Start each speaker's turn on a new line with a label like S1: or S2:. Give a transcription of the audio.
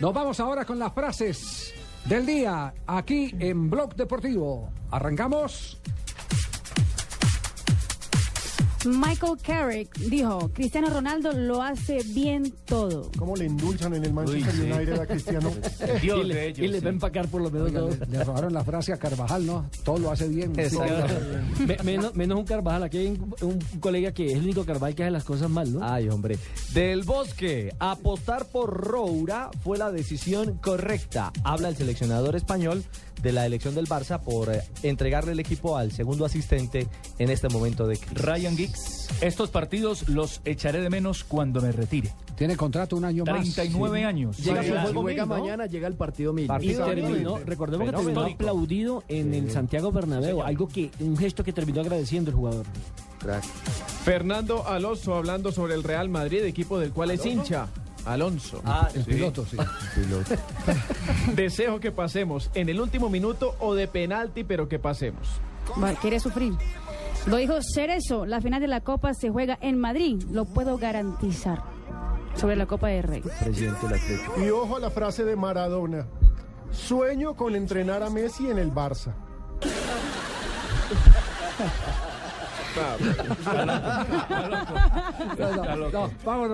S1: Nos vamos ahora con las frases del día aquí en Blog Deportivo. Arrancamos.
S2: Michael Carrick dijo, Cristiano Ronaldo lo hace bien todo.
S3: ¿Cómo le endulzan en el Manchester United a Cristiano?
S4: Dios
S5: y,
S4: de
S5: le,
S4: ellos,
S5: y les
S4: sí.
S5: va a empacar por lo menos
S1: Oiga,
S5: dos.
S1: le, le robaron la frase a Carvajal, ¿no? Todo lo hace bien.
S5: Me- menos, menos un Carvajal, aquí hay un, un colega que es el único Carvajal que hace las cosas mal,
S6: Ah,
S5: ¿no?
S4: Ay, hombre. Del Bosque, apostar por Roura fue la decisión correcta. Habla el seleccionador español de la elección del Barça por eh, entregarle el equipo al segundo asistente en este momento de crisis.
S6: Ryan Giggs, estos partidos los echaré de menos cuando me retire.
S1: Tiene contrato un año más.
S6: 39 años.
S4: Llega
S6: Sí,
S4: por
S6: sí.
S4: juego
S5: juega
S4: mañana,
S5: llega el partido mil. Y
S4: Partido
S5: terminó,
S4: Milner.
S5: recordemos que
S4: Fenómeno.
S5: terminó aplaudido en el Santiago Bernabéu, algo que, un gesto que terminó agradeciendo el jugador.
S7: Fernando Alonso hablando sobre el Real Madrid, equipo del cual es hincha. Alonso.
S1: El piloto, Ah, sí.
S7: Deseo que pasemos en el último minuto o de penalti, pero que pasemos.
S2: Va, Quiere sufrir. Lo dijo Cerezo, la final de la Copa se juega en Madrid, lo puedo garantizar. Sobre la Copa de Rey.
S4: Presidente del Atlético.
S3: Y ojo a la frase de Maradona. Sueño con entrenar a Messi en el Barça.
S1: No, no, no, vámonos.